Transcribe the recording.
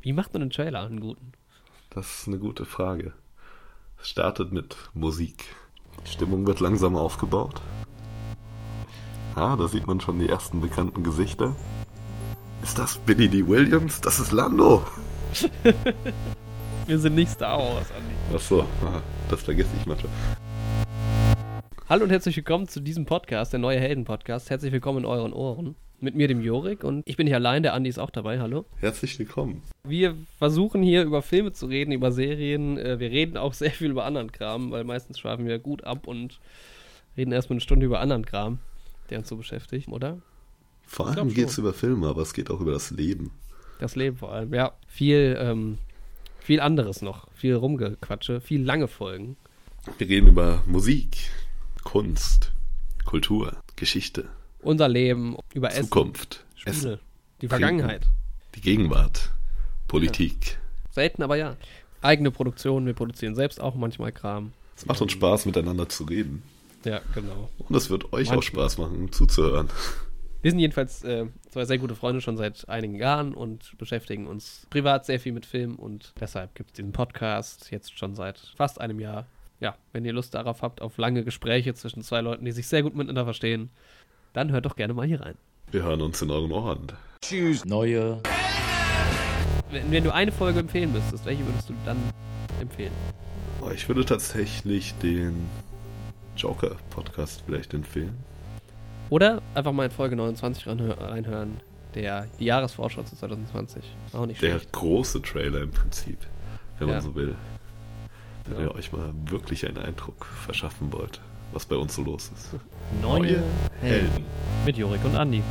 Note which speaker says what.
Speaker 1: Wie macht man einen Trailer, einen guten?
Speaker 2: Das ist eine gute Frage. Es startet mit Musik. Die Stimmung wird langsam aufgebaut. Ah, da sieht man schon die ersten bekannten Gesichter. Ist das Billy D. Williams? Das ist Lando!
Speaker 1: Wir sind nicht Star Wars, Andi.
Speaker 2: Achso, das vergesse ich manchmal.
Speaker 1: Hallo und herzlich willkommen zu diesem Podcast, der Neue Helden-Podcast. Herzlich willkommen in euren Ohren. Mit mir, dem Jorik, und ich bin nicht allein, der Andi ist auch dabei. Hallo.
Speaker 2: Herzlich willkommen.
Speaker 1: Wir versuchen hier über Filme zu reden, über Serien. Äh, Wir reden auch sehr viel über anderen Kram, weil meistens schweifen wir gut ab und reden erstmal eine Stunde über anderen Kram, der uns so beschäftigt, oder?
Speaker 2: Vor
Speaker 1: Ich glaub
Speaker 2: allem geht es
Speaker 1: schon.
Speaker 2: über Filme, aber es geht auch über das Leben.
Speaker 1: Das Leben vor allem, ja. Viel, ähm, viel anderes noch. Viel Rumgequatsche, viel lange Folgen.
Speaker 2: Wir reden über Musik, Kunst, Kultur, Geschichte,
Speaker 1: Unser Leben, über
Speaker 2: Zukunft,
Speaker 1: Essen, Spiele,
Speaker 2: Essen,
Speaker 1: die Vergangenheit.
Speaker 2: die Gegenwart, Politik.
Speaker 1: Selten, aber ja. Eigene Produktion, wir produzieren selbst auch manchmal Kram.
Speaker 2: Es macht uns Spaß, miteinander zu reden.
Speaker 1: Ja, genau.
Speaker 2: Und es wird euch auch
Speaker 1: Manchmal.
Speaker 2: Spaß machen, um zuzuhören.
Speaker 1: Wir sind jedenfalls äh, zwei sehr gute Freunde schon seit einigen Jahren und beschäftigen uns privat sehr viel mit Film und deshalb gibt es diesen Podcast jetzt schon seit fast einem Jahr. Ja, wenn ihr Lust darauf habt, auf lange Gespräche zwischen zwei Leuten, die sich sehr gut miteinander verstehen, dann hört doch gerne mal hier rein.
Speaker 2: Wir hören uns in euren Ohren.
Speaker 3: Neue
Speaker 1: Wenn, wenn du eine Folge empfehlen müsstest, welche würdest du dann empfehlen?
Speaker 2: Oh, Ich würde tatsächlich den Joker-Podcast vielleicht empfehlen.
Speaker 1: Oder einfach mal in Folge 29 reinhö- reinhören, der die Jahresvorschau zu 2020. Auch nicht
Speaker 2: Der
Speaker 1: schlecht.
Speaker 2: große Trailer im Prinzip, wenn
Speaker 1: Ja.
Speaker 2: man so will. Wenn
Speaker 1: Ja.
Speaker 2: ihr euch mal wirklich einen Eindruck verschaffen wollt, was bei uns so los ist.
Speaker 1: Neue
Speaker 2: Helden.
Speaker 1: mit Jorik und Andi.